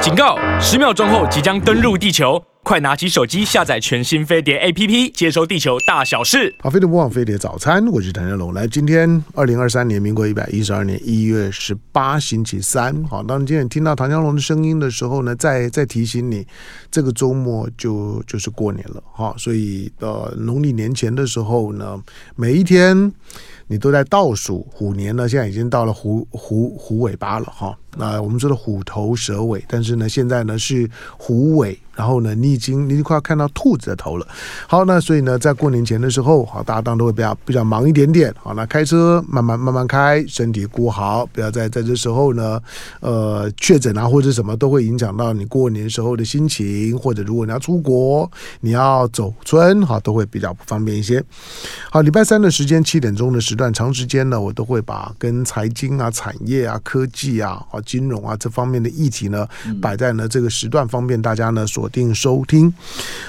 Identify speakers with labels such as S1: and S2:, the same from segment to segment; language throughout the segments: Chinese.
S1: 警告！十秒钟后即将登陆地球，快拿起手机下载全新飞碟 APP，接收地球大小事。
S2: 好，飞碟不忘飞碟早餐，我是谭家龙。来，今天二零二三年民国一百一十二年一月十八星期三。好，当你今天听到唐江龙的声音的时候呢，再再提醒你，这个周末就就是过年了哈。所以呃，农历年前的时候呢，每一天你都在倒数虎年呢，现在已经到了虎虎虎尾巴了哈。那我们说的虎头蛇尾，但是呢，现在呢是虎尾，然后呢，你已经你已经快要看到兔子的头了。好，那所以呢，在过年前的时候，好，大家当然都会比较比较忙一点点。好，那开车慢慢慢慢开，身体顾好，不要在在这时候呢，呃，确诊啊或者什么都会影响到你过年时候的心情，或者如果你要出国，你要走村，好，都会比较不方便一些。好，礼拜三的时间七点钟的时段，长时间呢，我都会把跟财经啊、产业啊、科技啊、好金融啊这方面的议题呢，摆在呢这个时段方便大家呢锁定收听。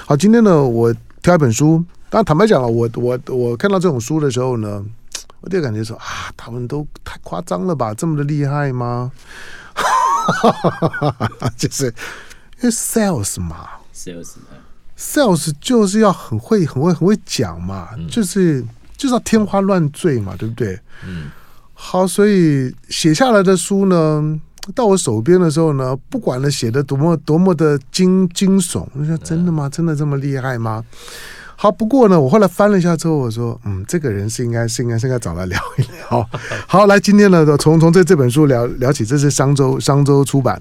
S2: 好，今天呢，我挑一本书。但坦白讲了，我我我看到这种书的时候呢，我第一个感觉说啊，他们都太夸张了吧，这么的厉害吗？ 就是因为 sales 嘛
S3: sales 呢？
S2: ，sales 就是要很会、很会、很会讲嘛，就是就是要天花乱坠嘛，对不对？
S3: 嗯，
S2: 好，所以写下来的书呢，到我手边的时候呢，不管呢写的多么多么的惊惊悚，我就说真的吗？真的这么厉害吗？好，不过呢，我后来翻了一下之后，我说，嗯，这个人是应该是应该是应该找来聊一聊。好，来，今天呢，从从这这本书聊聊起，这是商周商周出版。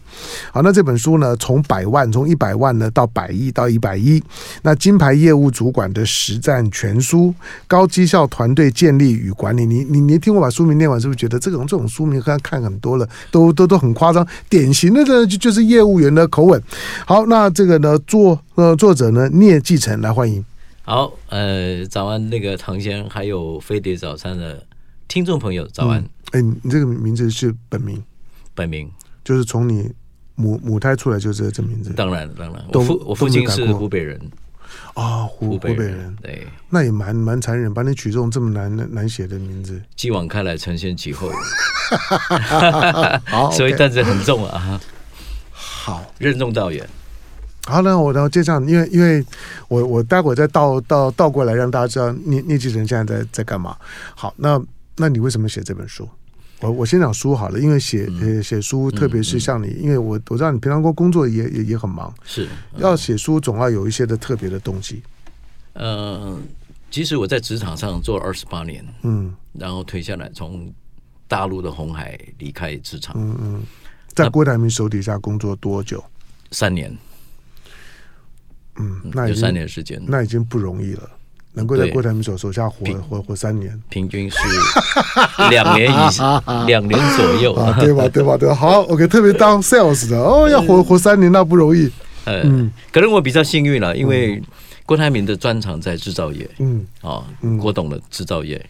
S2: 好，那这本书呢，从百万，从一百万呢到百亿到一百亿，那金牌业务主管的实战全书，高绩效团队建立与管理。你你你听我把书名念完，是不是觉得这种这种书名看看很多了，都都都很夸张，典型的呢就就是业务员的口吻。好，那这个呢，作呃作者呢聂继成来欢迎。
S3: 好，呃，早安，那个唐先生，还有飞碟早餐的听众朋友，早安，
S2: 哎，你你这个名字是本名，
S3: 本名，
S2: 就是从你母母胎出来就是这这名字
S3: 当然当然，
S2: 都
S3: 我父我父
S2: 都没
S3: 亲
S2: 改
S3: 是
S2: 过
S3: 湖北人，
S2: 啊、湖湖
S3: 湖
S2: 北人
S3: 人，，对，
S2: 那也蛮蛮残忍，把你取这种这么难难难写的名字。
S3: 继往开来，承先启后，
S2: 好，
S3: 所以
S2: OK
S3: 担子很重啊，
S2: 好。
S3: 任重道远，
S2: 好，那我然后接下来，因为因为我我待会儿再倒倒倒过来让大家知道聂聂继成现在在在干嘛。好，那那你为什么写这本书？我我先讲书好了，因为写呃写书，特别是像你，因为我我知道你平常工工作也也也很忙，
S3: 是，
S2: 要写书总要有一些的特别的东西。
S3: 呃，即使我在职场上做二十八年，
S2: 嗯
S3: 然后退下来，从大陆的红海离开职场、
S2: 嗯嗯，在郭台铭手底下工作多久？
S3: 三年，
S2: 嗯，那
S3: 有
S2: 已
S3: 三
S2: 经
S3: 年时间，
S2: 那已经不容易了，能够在
S3: 对
S2: 郭台铭手手下活活活三年。
S3: 平均是两年 以上，两年左右
S2: 啊，对吧？对吧？对吧？好，OK，特别 当 sales 的哦，要活活三年那不容易。
S3: 呃，
S2: 嗯
S3: 可能我比较幸运了，因为郭台铭的专长在制造业
S2: 嗯
S3: 啊，郭董的制造业，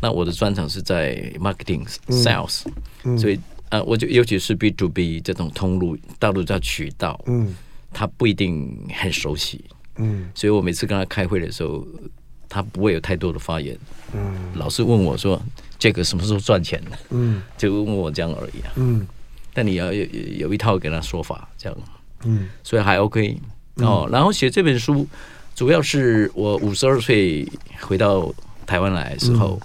S3: 那我的专长是在 marketing
S2: 嗯
S3: sales，、所以呃，我就尤其是 B to B 这种通路，大陆叫渠道，
S2: 嗯
S3: 他不一定很熟悉，
S2: 嗯
S3: 所以我每次跟他开会的时候，他不会有太多的发言，
S2: 嗯
S3: 老是问我说这个什么时候赚钱，
S2: 嗯
S3: 就问我这样而已啊。
S2: 嗯
S3: 但你要有有有一套给他说法，这样。
S2: 嗯
S3: 所以还 OK 哦。然后写这本书，主要是我五十二岁回到台湾来的时候，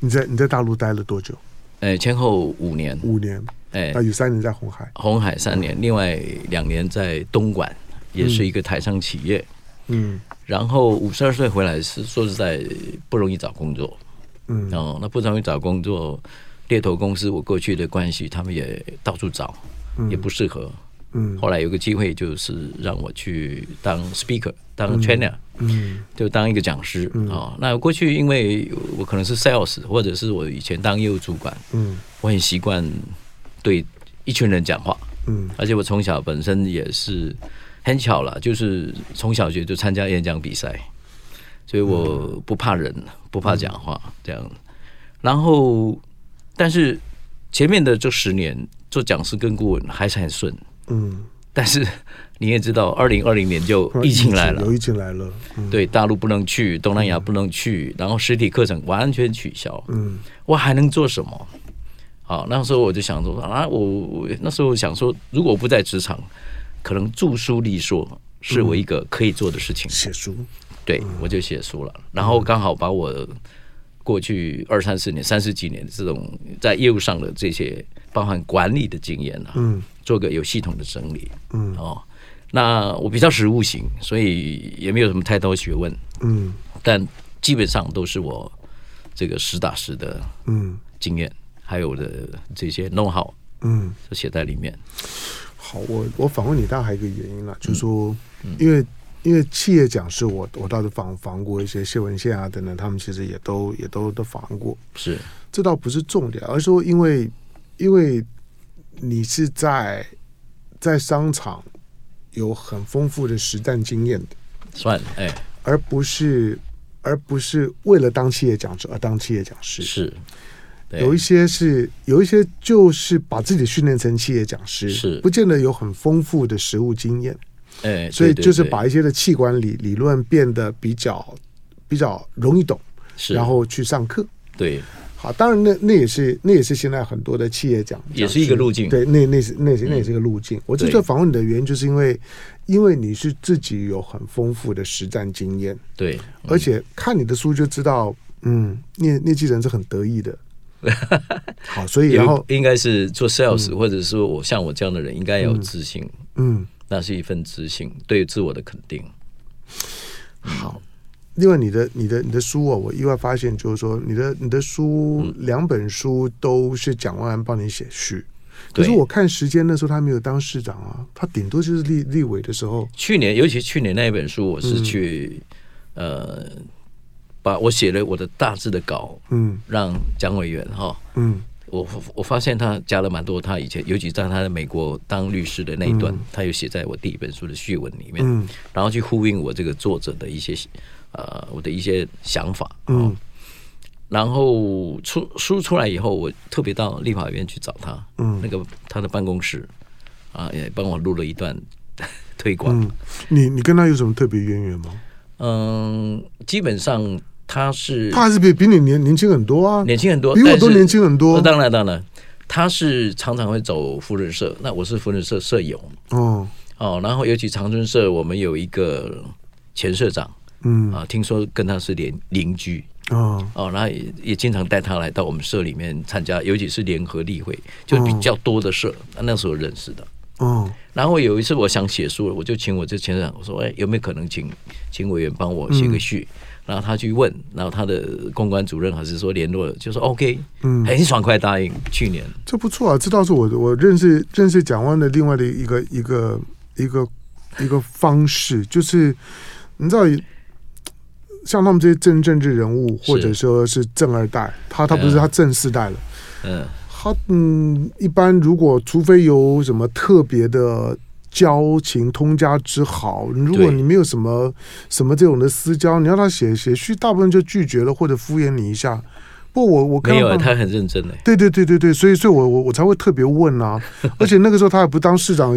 S2: 你在你在大陆待了多久？嗯
S3: 呃，前后五年，
S2: 五年，
S3: 哎、
S2: 啊，有三年在红海。
S3: 红海三年，另外两年在东莞，也是一个台商企业。
S2: 嗯
S3: 然后五十二岁回来是说实在不容易找工作，
S2: 嗯
S3: 哦，那不容易找工作，猎头公司我过去的关系，他们也到处找，也不适合。
S2: 嗯
S3: 后来有个机会，就是让我去当 speaker，当 trainer，、
S2: 嗯
S3: 就当一个讲师啊、哦。那过去因为我可能是 sales，或者是我以前当业务主管，
S2: 嗯
S3: 我很习惯对一群人讲话，
S2: 嗯
S3: 而且我从小本身也是很巧了，就是从小学就参加演讲比赛，所以我不怕人，不怕讲话这样。然后，但是前面的这十年做讲师跟顾问还是很顺，
S2: 嗯，
S3: 但是你也知道，二零二零年就疫情来了，
S2: 有疫情来了。嗯
S3: 对，大陆不能去，东南亚不能去，然后实体课程完全取消，
S2: 嗯
S3: 我还能做什么？好，那时候我就想说啊，我我那时候想说，如果我不在职场，可能著书立说是
S2: 嗯
S3: 我一个可以做的事情。
S2: 写书，
S3: 对，
S2: 嗯
S3: 我就写书了，然后刚好把我过去二三十年、三十几年的这种在业务上的这些，包含管理的经验啊，
S2: 嗯，
S3: 做个有系统的整理，
S2: 嗯
S3: 哦，那我比较实务型，所以也没有什么太多学问，
S2: 嗯
S3: 但基本上都是我这个实打实的
S2: 嗯
S3: 经验，还有我的这些 know how
S2: 嗯，
S3: 就写在里面。
S2: 好，我我访问你，当然还有一个原因啦，就是说，
S3: 嗯
S2: 因为因为企业讲师我，我倒是访访过一些谢文宪啊等等，他们其实也都也都都访过，
S3: 是
S2: 这倒不是重点，而是说因为因为你是在在商场有很丰富的实战经验的，
S3: 算了，哎，
S2: 而不是而不是为了当企业讲师而当企业讲师。
S3: 是，对
S2: 有一些是有一些就是把自己训练成企业讲师，
S3: 是
S2: 不见得有很丰富的实务经验，
S3: 哎，
S2: 所以
S3: 对对
S2: 就是
S3: 对
S2: 把一些的器官理理论变得比较比较容易懂，
S3: 是，
S2: 然后去上课。
S3: 对
S2: 好，当然那那也是那也是现在很多的企业讲，
S3: 也是一个路径嗯
S2: 对，那那是那是那也是一个路径。我之所以
S3: 对
S2: 访问你的原因，就是因为因为你是自己有很丰富的实战经验，
S3: 对，嗯
S2: 而且看你的书就知道，嗯，聂聂继成是很得意 的。好，所以然后
S3: 有应该是做 sales，、或者说我像我这样的人，应该要有自信，
S2: 嗯，
S3: 那是一份自信，对自我的肯定。
S2: 好。另外，你的、你的、你的书哦，我意外发现，就是说，你的、你的
S3: 嗯
S2: 书两本书都是蒋万安帮你写序，可
S3: 对
S2: 是我看时间那时候他没有当市长啊，他顶多就是立立委的时候，
S3: 去年，尤其去年那一本书，我是去、呃，把我写了我的大致的稿，
S2: 嗯
S3: 让蒋委员哈、
S2: 嗯
S3: 我我发现他加了蛮多他以前，尤其在他在美国当律师的那一段，他有写在我第一本书的序文里面，
S2: 嗯
S3: 然后去呼应我这个作者的一些呃我的一些想法，哦
S2: 嗯
S3: 然后出书出来以后，我特别到立法院去找他，
S2: 嗯
S3: 那个他的办公室啊，也帮我录了一段 推广，
S2: 嗯，你你跟他有什么特别渊源吗？
S3: 嗯基本上他是
S2: 他还是比比你年年轻很多啊，
S3: 年轻很多，
S2: 比我
S3: 但
S2: 都
S3: 是
S2: 年轻很多
S3: 那当然，当然，他是常常会走福人社，那我是福人社社友
S2: 哦，
S3: 哦。然后尤其长春社，我们有一个前社长
S2: 嗯
S3: 啊，听说跟他是邻邻居
S2: 哦，
S3: 哦，然后也也经常带他来到我们社里面参加，尤其是联合例会，就比较多的社，那时候认识的。
S2: 哦，
S3: 然后有一次我想写书了，我就请我这前社长，我说：“哎，有没有可能请请委员帮我写个序？”
S2: 嗯
S3: 然后他去问，然后他的公关主任还是说联络了，就说 OK，
S2: 嗯
S3: 很爽快答应。去年
S2: 这不错啊，这倒是我我认识认识蒋万的另外的一个一个一个一个方式，就是你知道。像他们这些政政治人物，或者说是正二代，他他不是
S3: 嗯
S2: 他正四代了，
S3: 嗯，
S2: 他嗯，一般如果除非有什么特别的交情、通家之好，如果
S3: 对
S2: 你没有什么什么这种的私交，你要他写写序，大部分就拒绝了或者敷衍你一下。不，我我看
S3: 没
S2: 到
S3: 有啊，
S2: 他
S3: 他很认真的。
S2: 对对对对对，所以所以我我我才会特别问 啊，而且那个时候他也不当市长，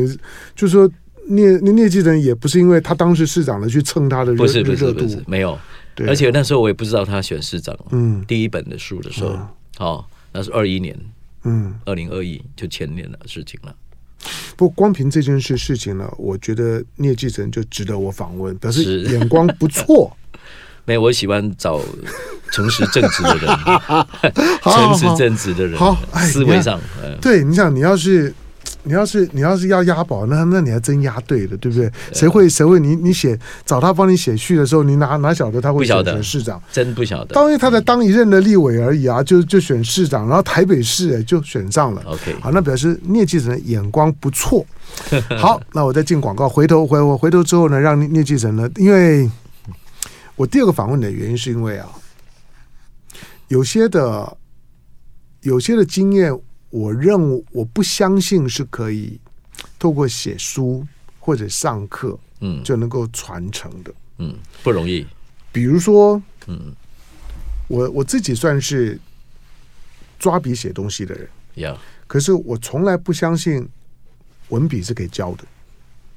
S2: 就是说聂聂聂继成也不是因为他当时市长了去蹭他的热
S3: 不是不
S2: 热
S3: 是
S2: 度
S3: 不是，，没有。
S2: 对，
S3: 而且那时候我也不知道他选市长，哦
S2: 嗯
S3: 第一本的书的时候，哦，那是二一年，
S2: 嗯，
S3: 二零二一就前年的事情了。
S2: 不过光凭这件事事情呢，我觉得聂继成就值得我访问，表示
S3: 是
S2: 眼光不 错。
S3: 没有，我喜欢找诚实正直的人，
S2: 好
S3: 诚实正直的人，
S2: 好哎
S3: 思维上，嗯，
S2: 对，你想，你要是你要是你要是要押宝，那那你还真押对了，对不对？谁会谁会你你写找他帮你写序的时候，你哪哪晓得他会
S3: 不晓
S2: 选
S3: 得
S2: 选市长？
S3: 真不晓得。
S2: 当然他才当一任的立委而已啊，就就选市长，然后台北市哎就选上了。
S3: OK，
S2: 好，那表示聂继成的眼光不错。好，那我再进广告，回头回我回头之后呢，让聂聂继成呢，因为我第二个访问你的原因是因为啊，有些的有些的经验，我认为我不相信是可以透过写书或者上课
S3: 嗯
S2: 就能够传承的。
S3: 嗯，不容易，
S2: 比如说，
S3: 嗯，
S2: 我我自己算是抓笔写东西的人，
S3: 要，
S2: 可是我从来不相信文笔是可以教的。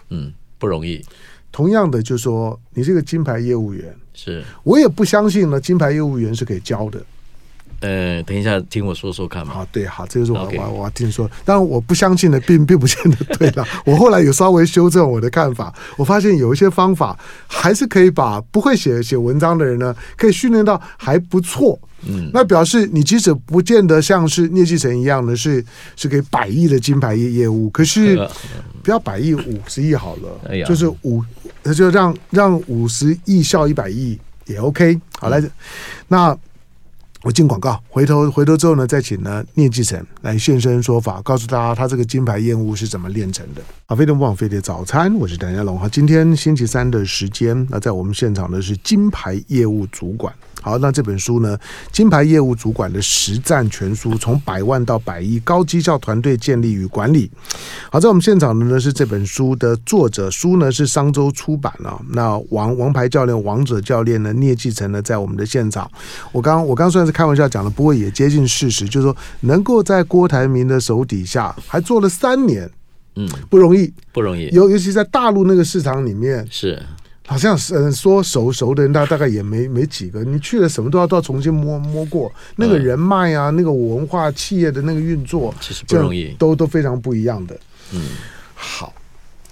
S3: 嗯，不容易，
S2: 同样的，就是说你是一个金牌业务员，
S3: 是
S2: 我也不相信呢，金牌业务员是可以教的。
S3: 呃，等一下听我说说看嘛。
S2: 好，对，好，这就是我
S3: OK
S2: 我我要听说。当然，我不相信的并并不见得对了。 我后来有稍微修正我的看法，我发现有一些方法还是可以把不会写写文章的人呢，可以训练到还不错。嗯，那表示你即使不见得像是聂继成一样的是是给百亿的金牌业业务，可 是
S3: 呃
S2: 不要百亿五十亿好了，
S3: 哎呀
S2: 就是五，那就让让五十亿笑一百亿也 OK。好，来，
S3: 嗯
S2: 那我进广告，回头回头之后呢，再请呢聂继成来现身说法，告诉大家他这个金牌厌恶是怎么练成的。好，非常不枉费的早餐，我是谭家龙。好，今天星期三的时间，那在我们现场的是金牌业务主管。好，那这本书呢，《金牌业务主管的实战全书》，从百万到百亿，高绩效团队建立与管理。好，在我们现场的呢是这本书的作者，书呢是商周出版啊。那王王牌教练、王者教练呢，聂继成呢，在我们的现场。我刚我刚虽然是开玩笑讲的，不过也接近事实，就是说能够在郭台铭的手底下还做了三年，
S3: 嗯，
S2: 不容易。
S3: 不容易，
S2: 尤尤其在大陆那个市场里面，
S3: 是
S2: 好像是嗯说熟熟的人，大大概也没没几个。你去了什么都要都要重新摸摸过，那个
S3: 嗯
S2: 人脉啊，那个文化企业的那个运作，
S3: 其实不
S2: 这样
S3: 容易。
S2: 都都非常不一样的。
S3: 嗯，
S2: 好，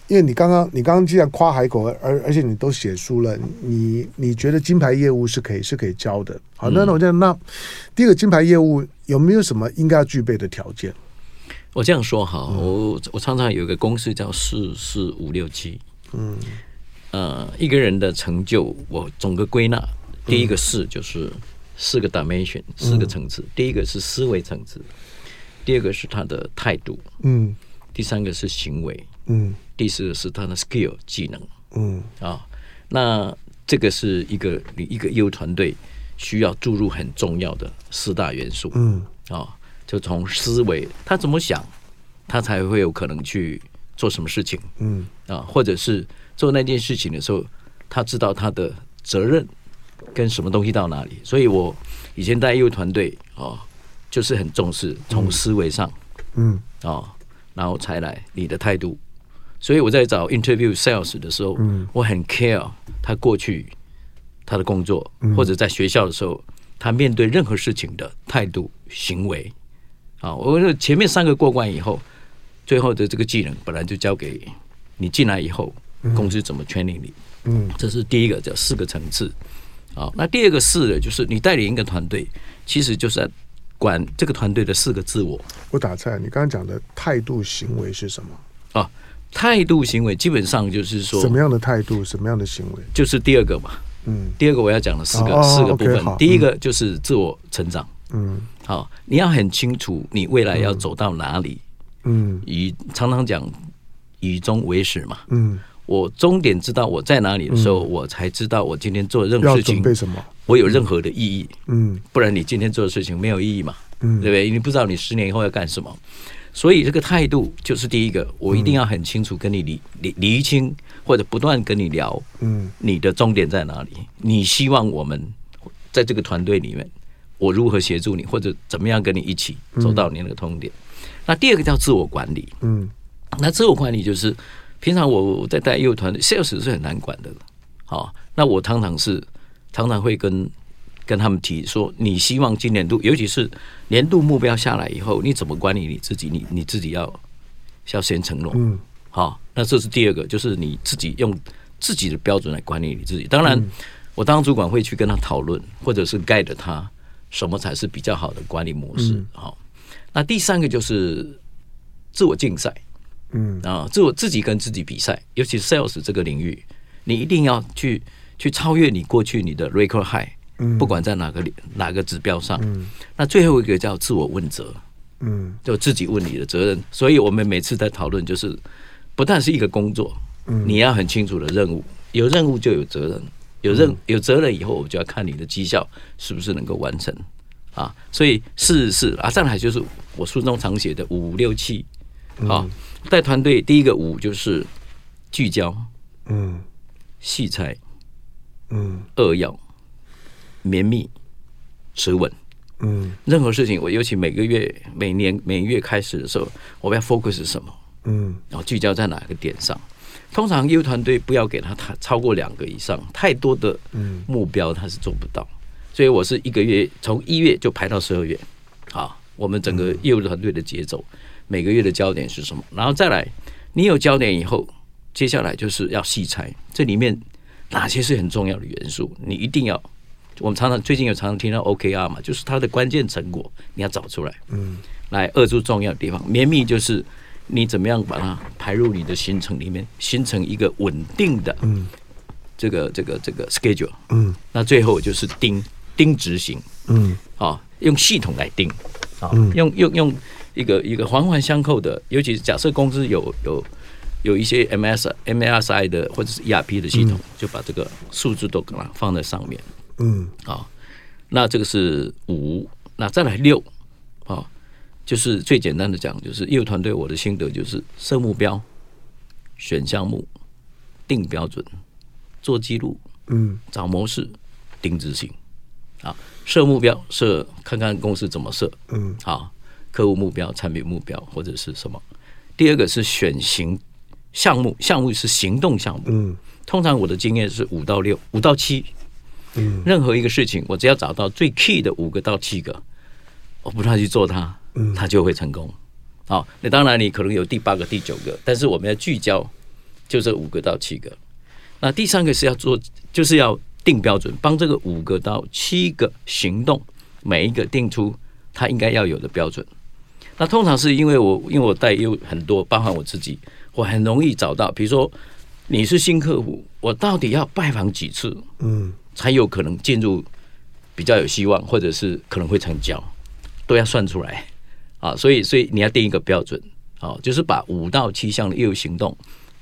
S2: 因为你刚刚你刚刚既然夸海口，而而且你都写书了，你你觉得金牌业务是可以是可以教的。好，
S3: 嗯
S2: 那那我这样，那第一个金牌业务有没有什么应该要具备的条件？
S3: 我这样说哈，我我常常有一个公式叫四四五六七，嗯，呃，一个人的成就我总个归纳，第一个四就是四个 dimension，四个层次，第一个是思维层次，第二个是他的态度，
S2: 嗯
S3: 第三个是行为，
S2: 嗯
S3: 第四个是他的 skill 技能
S2: 嗯
S3: 啊。那这个是一个你一个业务团队需要注入很重要的四大元素。
S2: 嗯
S3: 啊、就从思维，他怎么想，他才会有可能去做什么事情
S2: 嗯
S3: 啊、或者是做那件事情的时候，他知道他的责任跟什么东西到哪里。所以我以前带业务团队哦，就是很重视从思维上
S2: 嗯
S3: 哦，然后才来你的态度。所以我在找 interview sales 的时候，我很 care 他过去他的工作，或者在学校的时候，他面对任何事情的态度、行为。啊，我说前面三个过关以后，最后的这个技能本来就交给你进来以后，公司怎么 training 你。
S2: 嗯，
S3: 这是第一个，叫四个层次。啊，那第二个是的，就是你带领一个团队，其实就是在管这个团队的四个自我。
S2: 我打岔，你刚刚讲的态度行为是什么？
S3: 啊，态度行为基本上就是说
S2: 什，么样的态度？什么样的行为？
S3: 就是第二个嘛。
S2: 嗯
S3: 第二个我要讲的四个、
S2: 哦
S3: 四个部
S2: OK，
S3: 分
S2: 好，
S3: 第一个就是自我成长。
S2: 嗯
S3: 好、你要很清楚你未来要走到哪里。
S2: 嗯
S3: 以常常讲以终为始嘛。
S2: 嗯，
S3: 我终点知道我在哪里的时候，我才知道我今天做任何
S2: 要
S3: 事
S2: 准
S3: 情，
S2: 备什么？
S3: 我有任何的意义。
S2: 嗯
S3: 不然你今天做的事情没有意义嘛，
S2: 嗯
S3: 对不对？你不知道你十年以后要干什么，所以这个态度就是第一个，我一定要很清楚跟你理理理清，或者不断跟你聊
S2: 嗯
S3: 你的终点在哪里，你希望我们在这个团队里面，我如何协助你，或者怎么样跟你一起走到你那个终点。那第二个叫自我管理，
S2: 嗯
S3: 那自我管理就是平常我我在带业务团队，sales 是很难管的，好、那我常常是常常会跟跟他们提说，你希望今年度，尤其是年度目标下来以后，你怎么管理你自己？你你自己要要先承诺，
S2: 嗯
S3: 好、那这是第二个，就是你自己用自己的标准来管理你自己。当然，我当主管会去跟他讨论，或者是 guide 他什么才是比较好的管理模式。好、那第三个就是自我竞赛。
S2: 嗯
S3: 啊，自我自己跟自己比赛，尤其是 sales 这个领域，你一定要去去超越你过去你的 record high，、不管在哪个里哪个指标上。那最后一个叫自我问责，
S2: 嗯
S3: 就自己问你的责任。所以我们每次在讨论，就是不但是一个工作，你要很清楚的任务，有任务就有责任，有任有责任以后，我就要看你的绩效是不是能够完成啊。所以是是啊，上海就是我书中常写的五六七啊，带团队第一个五就是聚焦、
S2: 嗯
S3: 细拆、
S2: 嗯
S3: 扼要、绵密、持稳。
S2: 嗯
S3: 任何事情，我尤其每个月、每年、每月开始的时候，我要 focus 什么，
S2: 嗯
S3: 然后聚焦在哪个点上。通常嗯业务团队不要给他太超过两个以上，太多的目标他是做不到。所以我是一个月从一月就排到十二月，啊，我们整个业务团队的节奏，每个月的焦点是什么，然后再来，你有焦点以后，接下来就是要细拆这里面哪些是很重要的元素，你一定要。我们常常最近有常常听到 OKR 嘛，就是它的关键成果你要找出来，嗯，来扼住重要的地方。绵密就是你怎么样把它排入你的行程里面，形成一个稳定的，嗯，这个这个这个 schedule，嗯，那最后就是盯盯执行，
S2: 嗯，
S3: 啊，用系统来定，啊，用用用一个一个环环相扣的，尤其是假设公司有有有一些 MS、MSI 的或者是 ERP 的系统，就把这个数字都给它放在上面。
S2: 嗯，
S3: 啊，那这个是五，那再来六，啊，就是最简单的讲，就是业务团队我的心得就是设目标、选项目、定标准、做记录、
S2: 嗯，
S3: 找模式、定执行，啊，设目标设看看公司怎么设，
S2: 嗯，
S3: 啊，客户目标、产品目标或者是什么。第二个是选型项目，项目是行动项目，
S2: 嗯，
S3: 通常我的经验是五到六、五到七。
S2: 嗯
S3: 任何一个事情，我只要找到最 key 的五个到七个，我不断去做它，
S2: 嗯
S3: 它就会成功。好、那当然你可能有第八个、第九个，但是我们要聚焦，就这五个到七个。那第三个是要做，就是要定标准，帮这个五个到七个行动，每一个定出它应该要有的标准。那通常是因为我因为我带有很多，包含我自己，我很容易找到，比如说你是新客户，我到底要拜访几次？
S2: 嗯，
S3: 才有可能进入比较有希望，或者是可能会成交，都要算出来啊。所以，所以你要定一个标准啊，就是把五到七项的业务行动，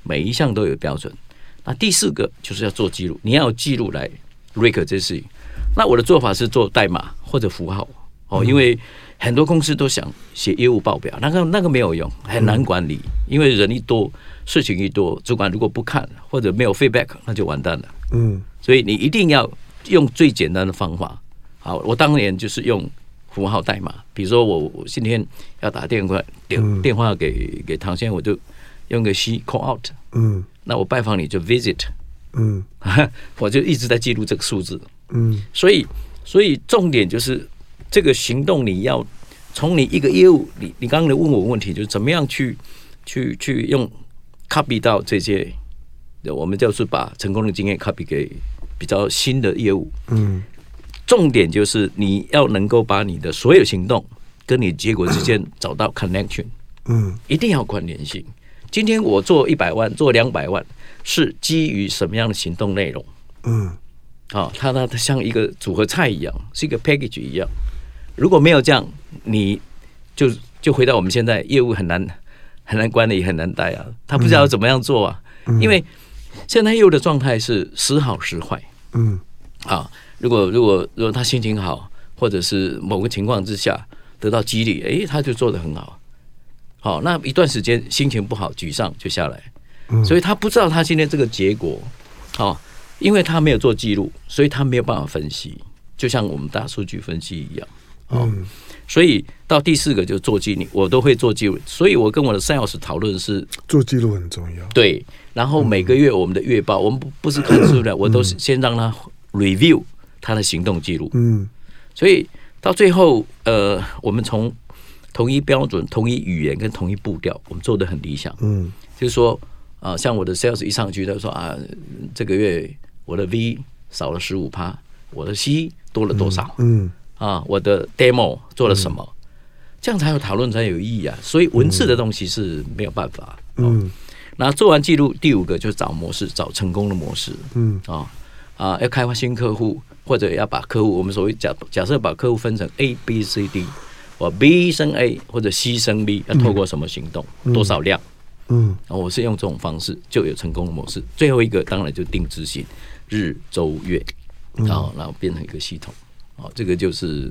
S3: 每一项都有标准。那第四个就是要做记录，你要有记录来 record 这事情。那我的做法是做代码或者符号哦，因为很多公司都想写业务报表，那个那个没有用，很难管理，因为人一多，事情一多，主管如果不看或者没有 feedback，那就完蛋了。
S2: 嗯，
S3: 所以你一定要用最简单的方法。好，我当年就是用符号代码，比如说我我今天要打电话电电话给给唐先生，我就用个 she call out，
S2: 嗯，
S3: 那我拜访你就 visit，
S2: 嗯，
S3: 我就一直在记录这个数字。
S2: 嗯，
S3: 所以所以重点就是这个行动你要从你一个业务，你你刚刚问我问题就是怎么样去去去用 copy 到这些，我们就是把成功的经验 copy 给比较新的业务。
S2: 嗯，
S3: 重点就是你要能够把你的所有行动跟你结果之间 找到 connection。
S2: 嗯，
S3: 一定要关联性。今天我做一百万，做两百万，是基于什么样的行动内容？
S2: 嗯，
S3: 啊、它它它像一个组合菜一样，是一个 package 一样。如果没有这样，你就就回到我们现在业务很难很难管理，很难带啊。他不知道怎么样做啊，因为现在业务的状态是时好时坏。
S2: 嗯，
S3: 啊，如果如果如果他心情好，或者是某个情况之下得到激励，诶，他就做得很好。好，那一段时间心情不好、沮丧就下来，所以他不知道他今天这个结果，好、因为他没有做记录，所以他没有办法分析，就像我们大数据分析一样。哦，所以到第四个就是做记录，我都会做记录，所以我跟我的 sales 讨论是
S2: 做记录很重要。
S3: 对，然后每个月我们的月报，我们不不是看书的，我都是先让他 review 他的行动记录，
S2: 嗯
S3: 所以到最后，呃，我们从同一标准、同一语言跟同一步调，我们做的很理想。
S2: 嗯
S3: 就是说，啊、像我的 sales 一上去，他说啊，这个月我的 V 少了十五趴，我的 C 多了多少？
S2: 嗯
S3: 啊，我的 demo 做了什么，这样才有讨论才有意义啊。所以文字的东西是没有办法。嗯，那、做完记录，第五个就是找模式，找成功的模式。
S2: 嗯，
S3: 啊啊，要开发新客户，或者要把客户，我们所谓假假设把客户分成 A、B、C、D，我 B 升 A 或者 C 升 B，要透过什么行动，多少量？
S2: 嗯
S3: 啊，我是用这种方式就有成功的模式。最后一个当然就定执行，日、周、月，然后然后变成一个系统。哦，这个就是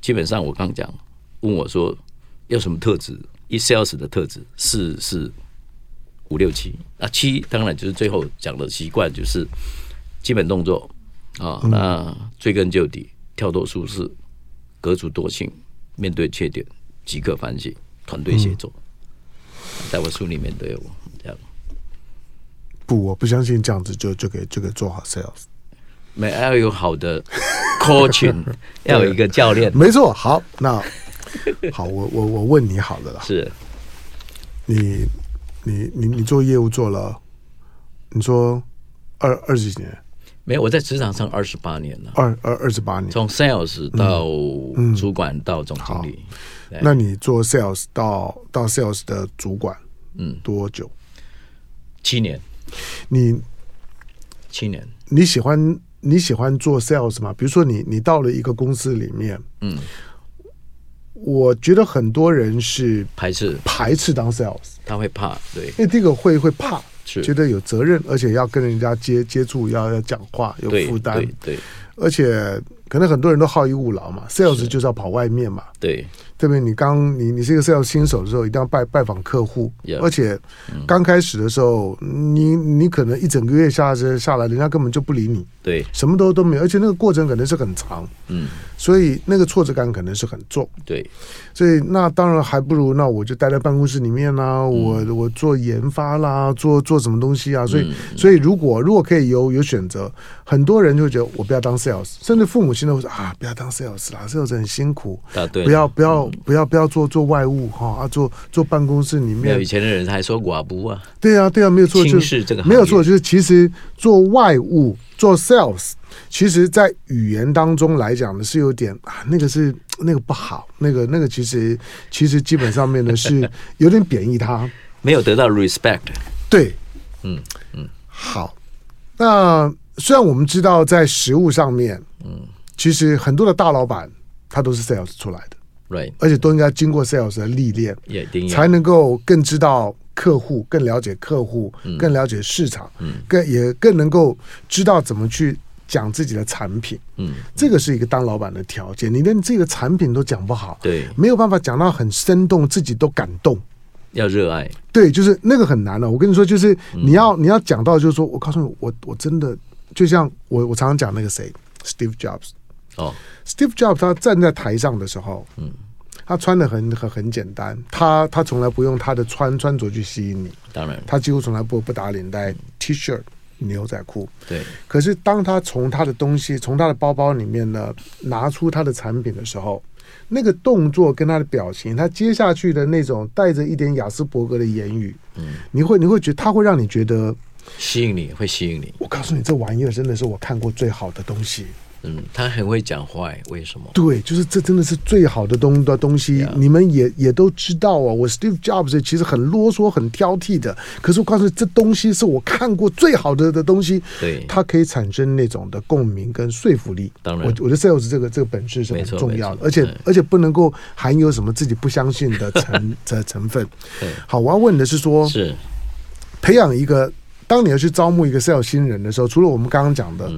S3: 基本上我刚讲，问我说要什么特质，一 sales 的特质是是五六七啊，七当然就是最后讲的习惯，就是基本动作啊，那追根究底，跳脱舒适，革除惰性，面对缺点，即刻反省，团队协作。在我书里面都有这样。
S2: 不，我不相信这样子就就可以就可以做好 sales。
S3: 没要有好的 coaching，要有一个教练。
S2: 没错。好，那好，我我我问你好了啦，
S3: 是，
S2: 你你你你做业务做了，你说二二十几年，
S3: 没有我在职场上二十八年了，
S2: 二二二十八年，
S3: 从
S2: 嗯
S3: sales 到主管到总经理，对
S2: 那你做 sales 到到 sales 的主管
S3: 嗯，
S2: 多久？
S3: 七年，
S2: 你
S3: 七年，
S2: 你喜欢你喜欢做 sales 吗？比如说你你到了一个公司里面，
S3: 嗯，
S2: 我觉得很多人是
S3: 排斥
S2: 排斥当 sales，
S3: 他会怕，对
S2: 因为第一个会会怕，
S3: 是
S2: 觉得有责任，而且要跟人家接接触，要要讲话，有
S3: 对
S2: 负担
S3: 对，对
S2: 而且可能很多人都好逸恶劳嘛，sales 就是要跑外面嘛。
S3: 对，
S2: 特别你刚你你是一个 sales 新手的时候，一定要拜拜访客户
S3: Yeah
S2: 而且刚开始的时候，你你可能一整个月下来下来，人家根本就不理你，
S3: 对，
S2: 什么都都没有，而且那个过程可能是很长，
S3: 嗯，
S2: 所以那个挫折感可能是很重。
S3: 对，
S2: 所以那当然还不如那我就待在办公室里面啦、
S3: 嗯
S2: 我我做研发啦，做做什么东西啊。所
S3: 嗯
S2: 以、所以如果如果可以有有选择，很多人就会觉得我不要当 sales，甚至父母亲都会说啊不要当 sales 啦，sales 很辛苦，
S3: 答对了，
S2: 不要不要不要不要做做外务哈、啊，做做办公室里
S3: 没有以
S2: 面。
S3: 前的人还说寡不啊，
S2: 对啊对啊，没有错，
S3: 轻
S2: 就
S3: 视这个行
S2: 没有
S3: 业
S2: 错，就是其实做外务做 sales，其实在语言当中来讲呢，是有点啊，那个是那个不好，那个那个其实其实基本上面呢是 有点贬义它。
S3: 没有得到 respect，
S2: 对，
S3: 嗯嗯，
S2: 好，那虽然我们知道在实物上面，嗯，其实很多的大老板他都是 sales 出来的，
S3: ，right，
S2: 而且都应该经过 sales 的历练，
S3: 也一定要
S2: 才能够更知道客户，更了解客户，
S3: 嗯
S2: 更了解市场，更也更能够知道怎么去讲自己的产品。
S3: 嗯，
S2: 这个是一个当老板的条件，你连自己的产品都讲不好，
S3: 对
S2: 没有办法讲到很生动，自己都感动。
S3: 要热爱，
S2: 对，就是那个很难的、我跟你说，就是
S3: 嗯
S2: 你要、你要讲到，就是说我告诉你，我我真的就像我我常常讲那个谁，Steve Jobs。
S3: 哦，
S2: Steve Jobs 他站在台上的时候，嗯，他穿的很很很简单，他他从来不用他的穿穿着去吸引你，
S3: 当然，
S2: 他几乎从来不不打领带，T 恤、牛仔裤。
S3: 对，
S2: 可是当他从他的东西从他的包包里面呢拿出他的产品的时候，那个动作跟他的表情，他接下去的那种带着一点雅斯伯格的言语，嗯，你会你会觉他会让你觉得，
S3: 吸引你会吸引你，
S2: 我告诉你，这玩意儿真的是我看过最好的东西。
S3: 嗯，他很会讲话，为什么？
S2: 对，就是这真的是最好的东的东西
S3: Yeah
S2: 你们也也都知道啊。我 Steve Jobs 其实很啰嗦、很挑剔的，可是我告诉你，这东西是我看过最好的的东西。
S3: 对
S2: 它可以产生那种的共鸣跟说服力。
S3: 当然
S2: 我我觉得 sales 这个这个本质是很
S3: 没错
S2: 重要的，
S3: 没错
S2: 而且
S3: 对
S2: 而且不能够含有什么自己不相信的成 的成分
S3: 对。
S2: 好，我要问的是说，
S3: 是，
S2: 培养一个，当你要去招募一个 sales 新人的时候，除了我们刚刚讲的，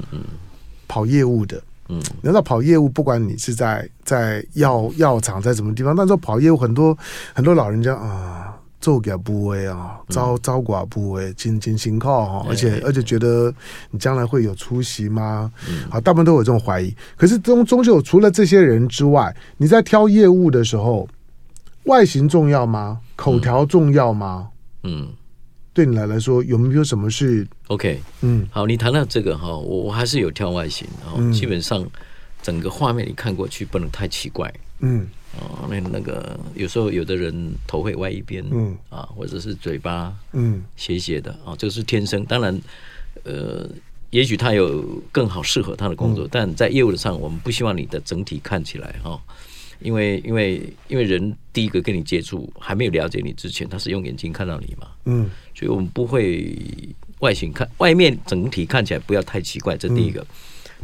S2: 跑业务的，
S3: 嗯，
S2: 难道跑业务，不管你是在在药药厂在什么地方，但是跑业务很多很多老人家啊，做寡不为啊，招招寡不为，勤勤勤靠哈，啊而且而且觉得你将来会有出息吗？啊，大部分都有这种怀疑。可是终终究除了这些人之外，你在挑业务的时候，外形重要吗？口条重要吗？
S3: 嗯
S2: 对你来来说，有没有什么是
S3: ，OK，
S2: 嗯
S3: 好，你谈到这个哈，我我还是有挑外形哦，基本上整个画面你看过去不能太奇怪
S2: 嗯
S3: 哦，那那个有时候有的人头会歪一边，
S2: 嗯
S3: 啊，或者是嘴巴
S2: 嗯
S3: 斜斜的啊，这个是天生。当然，呃，也许他有更好适合他的
S2: 嗯
S3: 工作，但在业务上，我们不希望你的整体看起来哈、因为因为因为人第一个跟你接触还没有了解你之前，他是用眼睛看到你嘛，
S2: 嗯
S3: 所以我们不会外形看外面整体看起来不要太奇怪，这第一个。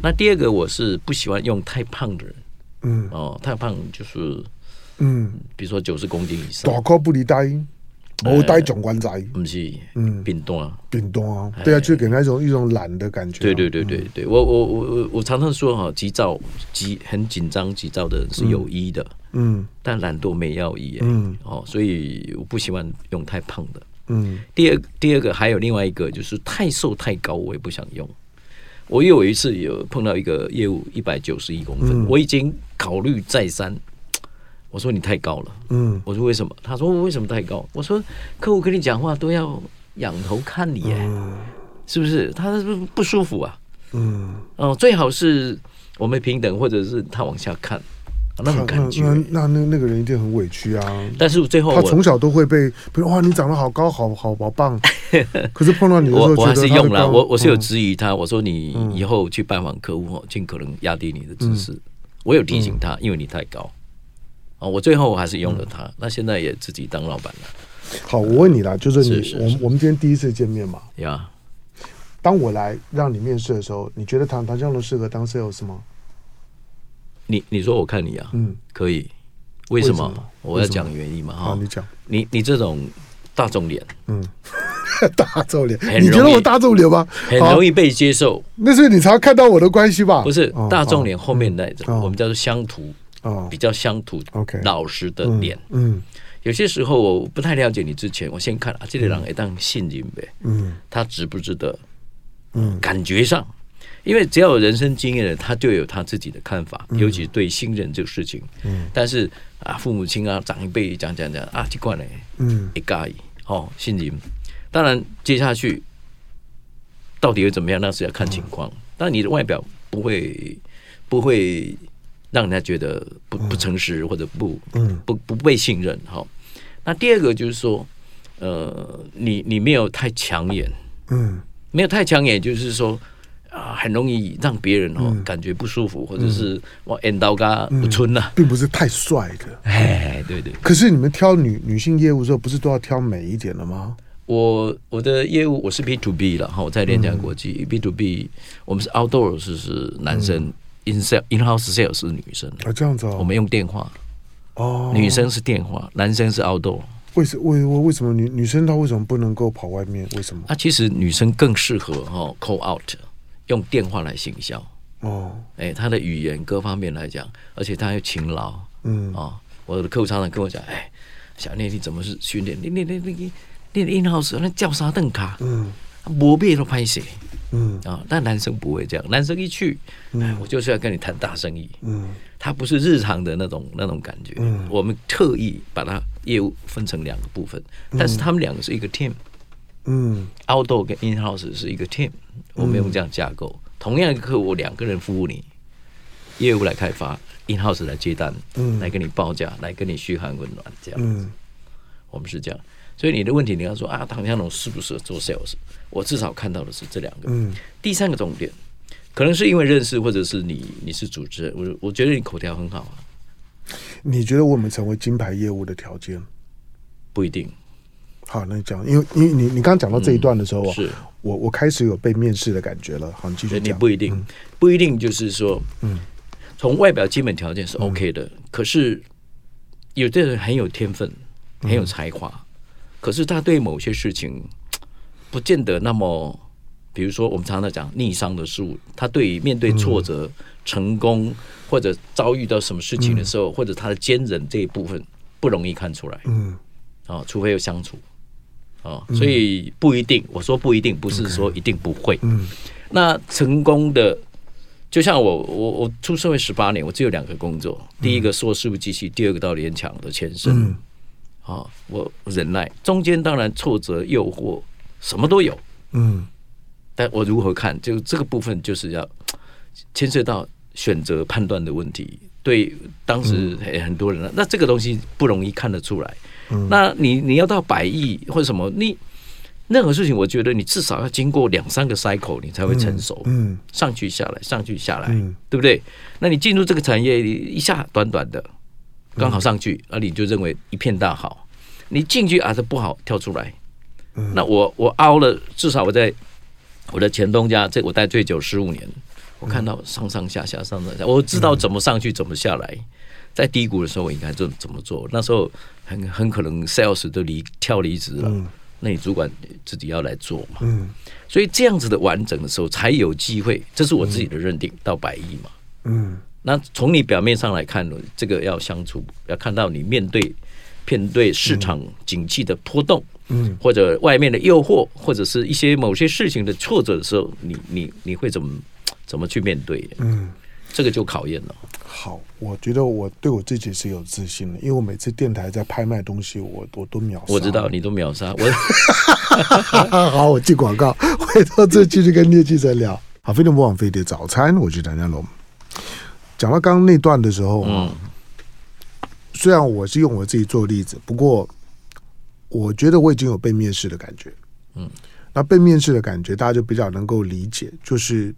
S3: 那第二个，我是不喜欢用太胖的人
S2: 嗯
S3: 哦，太胖就是
S2: 嗯，
S3: 比如说九十公斤以上
S2: 大，哥不离呆，
S3: 哎
S2: 无呆总管仔。
S3: 不是
S2: 嗯
S3: 变多啊。
S2: 变动啊，对啊，就给人家一种一种懒的感觉、
S3: 对对，对对
S2: 嗯
S3: 对，我我我我我常常说哈，急躁、急很紧张、急躁的人是有医的，
S2: 嗯
S3: 但懒惰没药医、欸。
S2: 嗯
S3: 哦，所以我不喜欢用太胖的。
S2: 嗯
S3: 第二第二个还有另外一个就是太瘦太高，我也不想用。我有一次有碰到一个业务一百九十一公
S2: 嗯
S3: 分，我已经考虑再三，我说你太高了。
S2: 嗯
S3: 我说为什么？他说为什么太高？我说客户跟你讲话都要仰头看
S2: 嗯
S3: 你耶，是不是？他是不是不舒服啊？
S2: 嗯
S3: 哦，最好是我们平等，或者是他往下看，啊那
S2: 那
S3: 种感觉。
S2: 那那那那个人一定很委屈啊。
S3: 但是最后
S2: 他从
S3: 我
S2: 小都会被，比如哇，你长得好高，好好好 棒。可是碰到你的时
S3: 我
S2: 候，觉
S3: 我
S2: 得
S3: 还是
S2: 他会
S3: 用了，
S2: 帮
S3: 我我是有
S2: 嗯
S3: 质疑他，我说你以后去拜访客户哦，尽可能压低你的姿
S2: 嗯
S3: 势。我有提醒他，因为你太高。啊，我最后还是用了
S2: 嗯
S3: 他，那现在也自己当老板了
S2: 好，我问你啦，就是你，
S3: 是是
S2: 我们我们今天第一次见面嘛，
S3: 呀。
S2: 当我来让你面试的时候，你觉得唐唐江龙适合当 sales 吗？
S3: 你你说我看你啊，
S2: 嗯，
S3: 可以，为什
S2: 为什
S3: 么
S2: 么？
S3: 我要讲原因嘛
S2: 好，
S3: 哈
S2: 啊你。讲
S3: 你你这种大众脸
S2: 大皱脸，
S3: 很容易
S2: 你觉得我大皱脸吗？
S3: 很
S2: 好
S3: 容，易被接受，
S2: 那是你常看到我的关系吧？
S3: 不是
S2: 哦
S3: 大众脸后面那种，
S2: 哦
S3: 我们叫做乡土，
S2: 哦
S3: 比较乡土
S2: OK
S3: 老实的脸。
S2: 嗯
S3: 有些时候我不太了解你之前，我先看啊，这个人会当信任呗，
S2: 嗯
S3: 他值不值得？
S2: 嗯，
S3: 感觉上，因为只要有人生经验的，他就有他自己的看法，
S2: 嗯
S3: 尤其对信任这个事情。嗯，但是啊，父母亲啊，长辈讲讲讲啊，这块呢，
S2: 嗯
S3: 一介意哦，信任。当然，接下去到底会怎么样，那是要看情况。
S2: 嗯
S3: 但你的外表不会不会让人家觉得不不诚实或者不
S2: 嗯
S3: 不不被信任哈、那第二个就是说，呃，你你没有太抢眼，
S2: 嗯
S3: 没有太抢眼，就是说。啊，很容易让别人哦、
S2: 嗯
S3: 感觉不舒服，或者是哇，眼刀嘎不春呐、
S2: 并不是太帅的。
S3: 哎，对对，
S2: 可是你们挑女女性业务的时候，不是都要挑美一点的吗？
S3: 我我的业务我是 B to B 了哈，我在联想国际、B
S2: 嗯
S3: to B，我们是 outdoor 是是男生、in sale in house sale 是女生，
S2: 啊，这样嗯子哦，
S3: 我们用电话，
S2: 哦，
S3: 女生是电话，男生是 outdoor。
S2: 为什为为为什么女女生她为什么不能够跑外面？为什么？
S3: 啊，其实女生更适合哈 call out，用电话来行销，
S2: 哦，
S3: 哎，她的语言各方面来讲，而且她又勤劳，
S2: 嗯
S3: 哦，我的客户常常跟我讲，哎，小聂你怎么是训练？你你你你你的 in house 那叫啥邓卡？
S2: 嗯
S3: 没变都拍谁？
S2: 嗯
S3: 啊、但男生不会这样，男生一去，哎我就是要跟你谈大生意，
S2: 嗯
S3: 他不是日常的那种那种感觉。我们特意把它业务分成两个部分，但是他们两个是一个 team，outdoor、
S2: 嗯
S3: outdoor 跟 in house 是一个 team，我们用这样架构。同样一个客户，我两个人服务你，业务来开发，in house 来接单，来跟你报价，来跟你嘘寒问暖，这样。
S2: 嗯
S3: 我们是这样。所以你的问题，你要说啊，唐江龙适不适合做 sales？我至少看到的是这两个。
S2: 嗯，
S3: 第三个重点，可能是因为认识，或者是你你是主持人，我我觉得你口条很好啊，
S2: 你觉得我们成为金牌业务的条件？
S3: 不一定
S2: 好，那你讲，因为因为你你刚刚讲到这一段的时候啊，
S3: 嗯是
S2: 我我开始有被面试的感觉了。好，你继续
S3: 你
S2: 讲。
S3: 不一定、不一定就是说，嗯，从外表基本条件是 OK 的，可是有的人很有天分，很有才华，可是他对某些事情不见得那么。比如说，我们常常讲逆商的事物，他对于面对挫折、成功或者遭遇到什么事情的时候，或者他的坚韧这一部分不容易看出来。
S2: 嗯
S3: 哦，除非有相处，哦，所以不一定。我说不一定，不是说一定不会。嗯，那成功的，就像我我我出社会十八年，我只有两个工作，第一个做事务机器，第二个到联强的前身。
S2: 嗯
S3: 哦，我我忍耐，中间当然挫折、诱惑，什么都有。
S2: 嗯
S3: 但我如何看，就这个部分就是要牵涉到选择判断的问题。对，当时很很多人啊，那这个东西不容易看得出来。那你你要到百亿或者什么，你任何事情，我觉得你至少要经过两三个 cycle，你才会成熟。
S2: 嗯
S3: 上去下来，上去下来，
S2: 嗯
S3: 对不对？那你进入这个产业，你一下短短的，刚好上
S2: 嗯
S3: 去，那、你就认为一片大好。你进去啊，这不好跳出来。
S2: 嗯
S3: 那我我凹了，至少我在我的前东家，这我待最久十五年，我看到上上下下上上下，我知道怎么上去，怎么下来。在低谷的时候，我应该怎怎么做？那时候很很可能 sales 都离跳离职了，那你主管自己要来做嘛。
S2: 嗯
S3: 所以这样子的完整的时候，才有机会，这是我自己的认定，到百亿嘛。
S2: 嗯
S3: 那从你表面上来看，这个要相处，要看到你面对面对市场景气的波动，
S2: 嗯，
S3: 或者外面的诱惑，或者是一些某些事情的挫折的时候，你你你会怎么怎么去面对？
S2: 嗯，啊
S3: 这个就考验了。
S2: 好，我觉得我对我自己是有自信的，因为我每次电台在拍卖东西，我我都秒杀。
S3: 我知道你都秒杀我，
S2: 好，我进广告，回到这继续跟聂记者聊。好，飞碟不枉飞碟早餐，我是谭家龙。讲到刚刚那段的时候，嗯，虽然我是用我自己做例子，不过我觉得我已经有被面试的感觉。嗯，那被面试的感觉，大家就比较能够理解，就是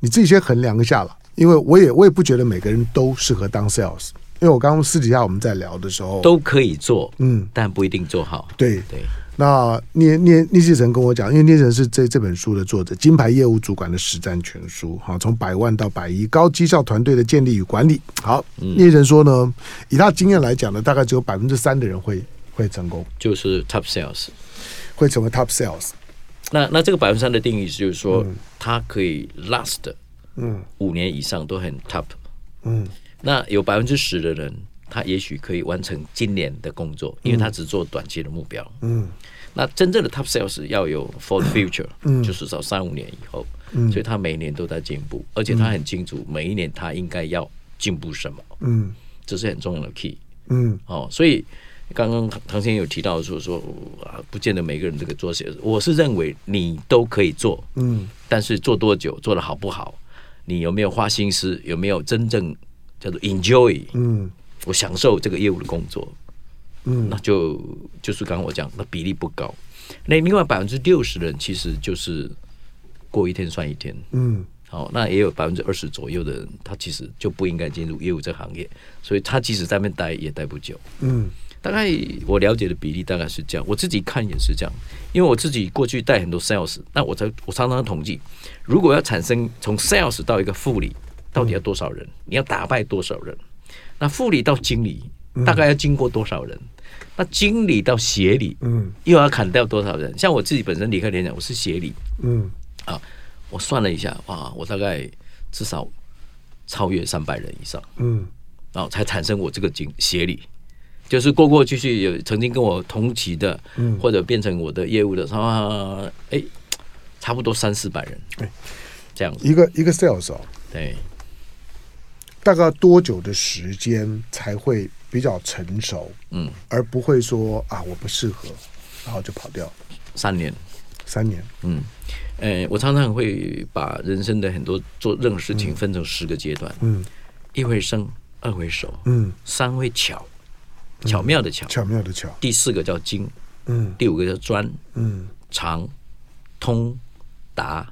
S2: 你自己先衡量一下了，因为我也我也不觉得每个人都适合当 sales，因为我刚刚私底下我们在聊的时候，
S3: 都可以做，
S2: 嗯，
S3: 但不一定做好。
S2: 对，
S3: 对，
S2: 那聂聂聂志成跟我讲，因为聂志成是这这本书的作者，《金牌业务主管的实战全书》哈，从百万到百亿，高绩效团队的建立与管理。好，聂志成说呢，以他经验来讲呢，大概只有百分之三的人会会成功，
S3: 就是 top sales。
S2: 会成为 top sales。
S3: 那那这个百分之三的定义就是说，它可以 last
S2: 嗯
S3: 五年以上都很 top。
S2: 嗯
S3: 那有百分之十的人，他也许可以完成今年的工作，因为他只做短期的目标。
S2: 嗯
S3: 那真正的 top sales 要有 for the future，、就是
S2: 嗯
S3: 到三五年以后，所以他每一年都在进步，而且他很清楚每一年他应该要进步什么，
S2: 嗯
S3: 这是很重要的 key
S2: 嗯
S3: 哦。所以刚刚唐先生有提到说说啊，不见得每个人这个做 sales，我是认为你都可以做，
S2: 嗯
S3: 但是做多久，做的好不好，你有没有花心思，有没有真正叫做 enjoy，
S2: 嗯
S3: 我享受这个业务的工作，
S2: 嗯
S3: 那就就是刚刚我讲，那比例不高。那另外百分之六十的人其实就是过一天算一天，
S2: 嗯
S3: 好、那也有百分之二十左右的人，他其实就不应该进入业务这行业，所以他即使在那边待也待不久。
S2: 嗯
S3: 大概我了解的比例大概是这样，我自己看也是这样，因为我自己过去带很多 sales，那我才我常常统计，如果要产生从 sales 到一个副理，到底要多少人？你要打败多少人？那副理到经理大概要经过多少人？那经理到协理
S2: 嗯
S3: 又要砍掉多少人？像我自己本身理科联讲，我是协理
S2: 嗯
S3: 啊，我算了一下，哇，我大概至少超越三百人以上。
S2: 嗯
S3: 然后哦才产生我这个经协理，就是过过去去有曾经跟我同期的，
S2: 嗯
S3: 或者变成我的业务的，啊，哎，差不多三四百人，
S2: 哎
S3: 这样子，
S2: 一个一个 sales 哦，
S3: 对，
S2: 大概多久的时间才会比较成熟？
S3: 嗯，
S2: 而不会说啊我不适合，然后就跑掉。
S3: 三年，
S2: 三年，
S3: 嗯，呃，我常常会把人生的很多做任何事情分成十个阶段，
S2: 嗯
S3: 一回生，二回熟，
S2: 嗯，
S3: 三会巧，巧妙的巧，
S2: 巧妙的巧，
S3: 第四个叫精，
S2: 嗯
S3: 第五个叫专，
S2: 嗯
S3: 长、通、达，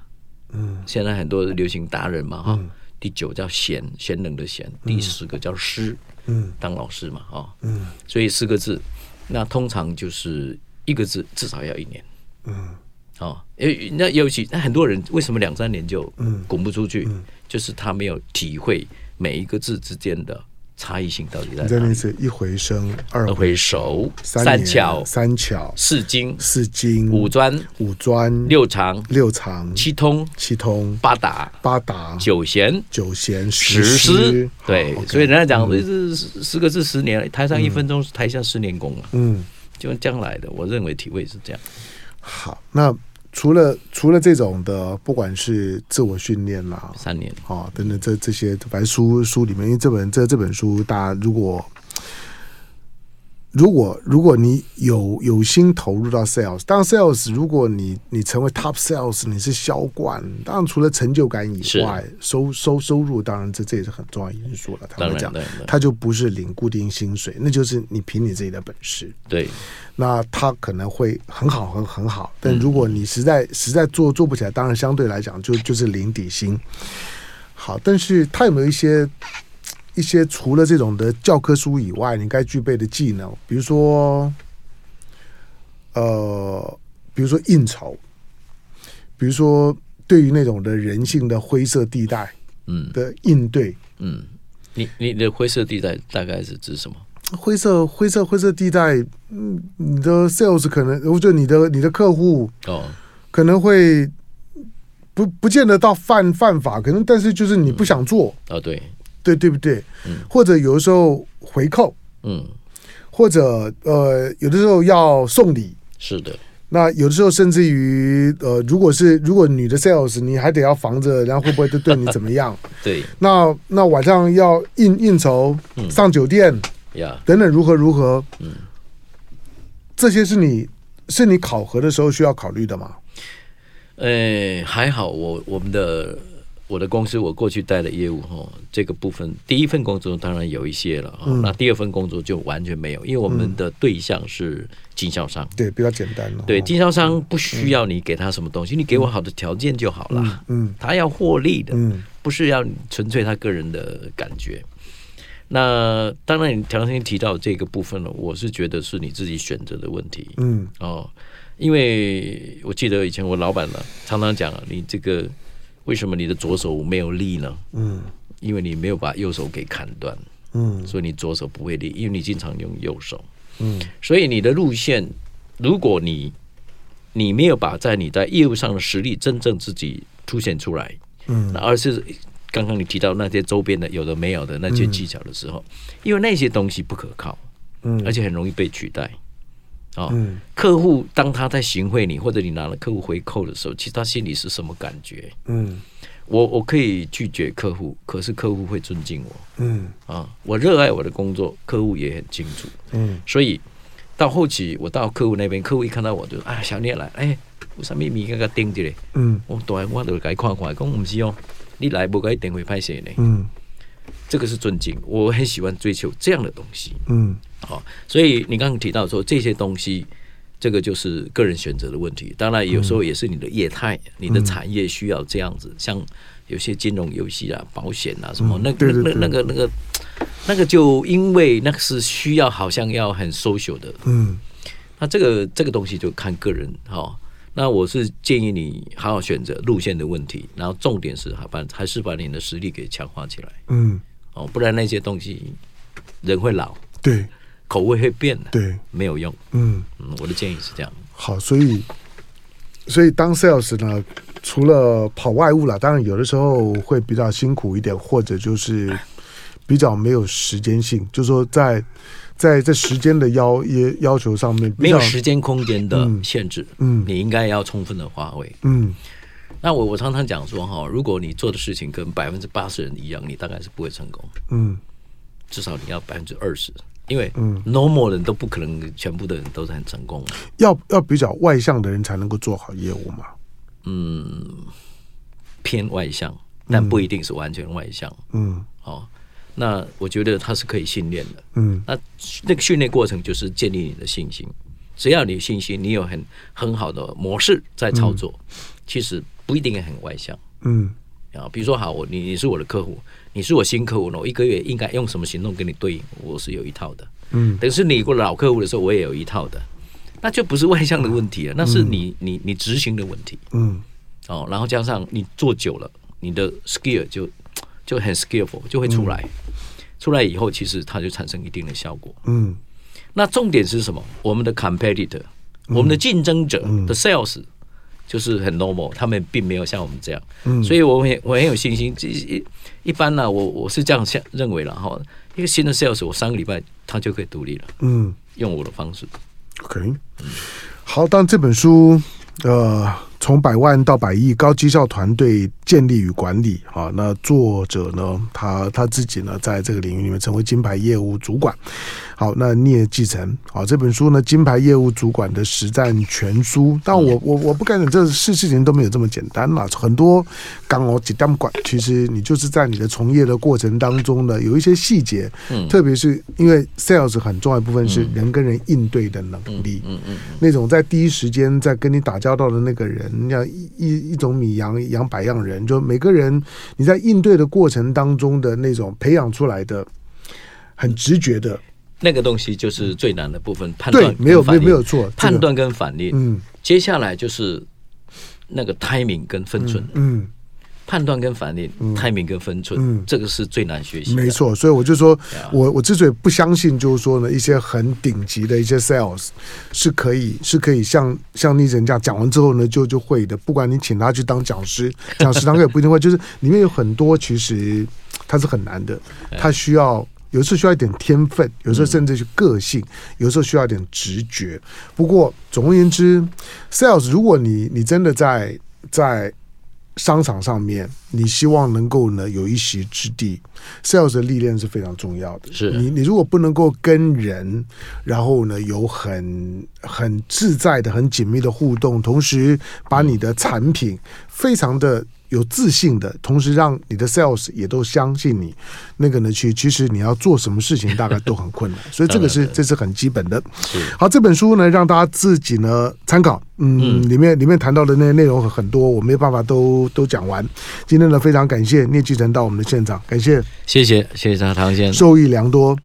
S2: 嗯，
S3: 现在很多流行达人嘛哈。第九叫贤，贤能的贤。第十个叫师，
S2: 嗯
S3: 当老师嘛哈。
S2: 嗯
S3: 所以四个字，那通常就是一个字至少要一年
S2: 嗯
S3: 哦。因那尤其那很多人为什么两三年就
S2: 嗯
S3: 滚不出去，就是他没有体会每一个字之间的差异性到底在
S2: 你再
S3: 哪
S2: 念一
S3: 里。
S2: 次：一回生，二
S3: 二
S2: 回
S3: 回熟，
S2: 年
S3: 三巧，
S2: 三巧，
S3: 四经，
S2: 四经，
S3: 五专，
S2: 五专，
S3: 六长，
S2: 六常，
S3: 七通，
S2: 七通，
S3: 八达，
S2: 八达，
S3: 九贤，
S2: 九贤，
S3: 实施
S2: 施。，
S3: 对，
S2: 好，OK
S3: 所以人家讲，这是十十个字十年，台上一分钟，台下十年功啊，
S2: 嗯，
S3: 就将来的，我认为体会是这样。
S2: 好。那除了除了这种的，不管是自我训练啦，
S3: 三年，
S2: 哦，等等这这些，反正书书里面，因为这本这这本书，大家如果如果如果你有有心投入到 sales，当然 sales，如果你你成为 top sales，你是销冠，当然除了成就感以
S3: 是
S2: 外，收收收入，当然这这也是很重要因素了。他
S3: 当
S2: 们
S3: 然
S2: 讲
S3: 当然当然，
S2: 他就不是领固定薪水，那就是你凭你自己的本事。
S3: 对，
S2: 那他可能会很好很很好，但如果你实在实在做做不起来，当然相对来讲就就是零底薪。好，但是他有没有一些一些除了这种的教科书以外，你该具备的技能，比如说，呃，比如说应酬，比如说对于那种的人性的灰色地带
S3: 嗯
S2: 的应对，
S3: 嗯，你你的灰色地带大概是指什么？
S2: 灰色灰色灰色地带，嗯，你的 sales 可能，我觉得你的你的客户。
S3: 哦，
S2: 可能会不不见得到犯犯法，可能但是就是你不想做，
S3: 哦，对，
S2: 对对不对？或者有的时候回扣，
S3: 嗯，
S2: 或者呃有的时候要送礼，
S3: 是的，
S2: 那有的时候甚至于呃如果是如果女的 sales，你还得要防着，然后会不会就对你怎么样？
S3: 对
S2: 那那晚上要应应酬、上酒店
S3: 呀，
S2: 等等，如何如何？这些是你是你考核的时候需要考虑的嘛？
S3: 哎呃，还好我我们的我的公司我过去带的业务哦，这个部分第一份工作当然有一些了，哦
S2: 嗯
S3: 那第二份工作就完全没有，因为我们的对象是经销商。
S2: 对，比较简单了。
S3: 对，
S2: 哦
S3: 经销商不需要你给他什么东西，你给我好的条件就好啦。
S2: 嗯
S3: 他要获利的，
S2: 嗯
S3: 不是要纯粹他个人的感觉。那当然，你唐先提到这个部分了，我是觉得是你自己选择的问题
S2: 嗯
S3: 哦。因为我记得以前我老板呢、常常讲啊，你这个为什么你的左手没有力呢？
S2: 嗯
S3: 因为你没有把右手给砍断，
S2: 嗯
S3: 所以你左手不会力，因为你经常用右手。
S2: 嗯
S3: 所以你的路线，如果你你没有把在你在业务上的实力真正自己凸显出来，
S2: 嗯
S3: 那而是刚刚你提到那些周边的有的没有的那些技巧的时候，因为那些东西不可靠，
S2: 嗯，
S3: 而且很容易被取代。哦，
S2: 嗯
S3: 客户当他在行贿你，或者你拿了客户回扣的时候，其实他心里是什么感觉？
S2: 嗯
S3: 我我可以拒绝客户，可是客户会尊敬我
S2: 嗯
S3: 啊！我热爱我的工作，客户也很清楚。
S2: 嗯
S3: 所以到后期我到客户那边，客户一看到我就啊，小聂来，哎，有啥物物件甲盯着咧？
S2: 嗯
S3: 我当然我就甲伊看看，讲毋是哦，你来无甲伊电话拍摄呢，
S2: 嗯
S3: 这个是尊敬，我很喜欢追求这样的东西。
S2: 嗯
S3: 好、所以你刚刚提到说这些东西。这个就是个人选择的问题，当然有时候也是你的业态、
S2: 嗯
S3: 你的产业需要这样子，像有些金融游戏啊、保险啊什么，
S2: 嗯
S3: 那
S2: 对对
S3: 那那那个那个那个就因为那个是需要好像要很 social 的，
S2: 嗯
S3: 那这个这个东西就看个人哈、哦。那我是建议你好好选择路线的问题，然后重点是还把还是把你的实力给强化起来
S2: 嗯，
S3: 哦，不然那些东西人会老，
S2: 对
S3: 口味会变的，
S2: 对，
S3: 没有用。
S2: 嗯。
S3: 嗯，我的建议是这样。
S2: 好，所以所以当 sales 呢，除了跑外务了，当然有的时候会比较辛苦一点，或者就是比较没有时间性，就说在在这时间的要也要求上面比
S3: 没
S2: 较
S3: 有时间空间的限制，
S2: 嗯嗯
S3: 你应该要充分的发挥。
S2: 嗯
S3: 那我我常常讲说哈，如果你做的事情跟百分之八十人一样，你大概是不会成功，
S2: 嗯
S3: 至少你要百分之二十，因为
S2: 嗯
S3: normal 人都不可能全部的人都是很成功的。
S2: 要要比较外向的人才能够做好业务嘛。
S3: 嗯，偏外向，但不一定是完全外向。
S2: 嗯
S3: 哦，那我觉得他是可以训练的。
S2: 嗯
S3: 那那个训练过程就是建立你的信心，只要你有信心，你有很很好的模式在操作，其实不一定很外向
S2: 嗯
S3: 啊。比如说，好，我你你是我的客户，你是我新客户呢，我一个月应该用什么行动跟你对应，我是有一套的。
S2: 嗯
S3: 等是你过老客户的时候，我也有一套的，那就不是外向的问题了，那是你你你执行的问题。
S2: 嗯
S3: 哦，然后加上你做久了，你的 skill 就就很 skillful，就会出来。出来以后，其实它就产生一定的效果。
S2: 嗯
S3: 那重点是什么？我们的 competitor，、我们
S2: 嗯
S3: 的竞争者的 sales 就是很 normal，他们并没有像我们这样。
S2: 嗯
S3: 所以我很我很有信心。一一一般呢、我我是这样想认为了哈。一个新的 sales，我三个礼拜他就可以独立了，
S2: 嗯
S3: 用我的方式。
S2: ，OK。好，当然这本书，呃，从百万到百亿，高绩效团队建立与管理。啊，那作者呢，他他自己呢，在这个领域里面成为金牌业务主管。好，那你也继承。好，这本书呢，《金牌业务主管的实战全书》，但我我我不敢讲，这事事情都没有这么简单啦。很多刚我几单管，其实你就是在你的从业的过程当中呢，有一些细节，
S3: 嗯
S2: 特别是因为 sales 很重要一部分是人跟人应对的能力。
S3: 嗯嗯
S2: 那种在第一时间在跟你打交道的那个人，要一一一种米养养百样人，就每个人你在应对的过程当中的那种培养出来的，很直觉的，
S3: 那个东西就是最难的部分，判断
S2: 对，没有
S3: 跟
S2: 没
S3: 反
S2: 有
S3: 应
S2: 没有错，这个
S3: 判，断跟反应。
S2: 嗯
S3: 接下来就是那个 timing 跟分寸，
S2: 嗯，
S3: 判断跟反应、t i m i n g 跟分寸，
S2: 嗯
S3: 这个是最难学习的。
S2: 没，错，所以我就说
S3: 啊，
S2: 我我之所以不相信，就是说呢，一些很顶级的一些 sales 是可以是可以像像那人家讲完之后呢，就就会的。不管你请他去当讲 师，讲师当然也不一定会，就是里面有很多其实它是很难的，它需要。有时候需要一点天分，有时候甚至是个性，有时候需要一点直觉。不过总而言之，sales，如果你你真的在在商场上面，你希望能够呢有一席之地，sales 的历练是非常重要的。
S3: 是
S2: 你你如果不能够跟人，然后呢有很很自在的、很紧密的互动，同时把你的产品非常的有自信的，同时让你的 sales 也都相信你，那个呢，去其实你要做什么事情大概都很困难，所以这个是这是很基本的。好，这本书呢，让大家自己呢参考。嗯，里面里面谈到的那些内容很多，我没办法都都讲完。今天呢，非常感谢聂继成到我们的现场，感谢
S3: 谢谢谢谢唐唐先生。
S2: 受益良多。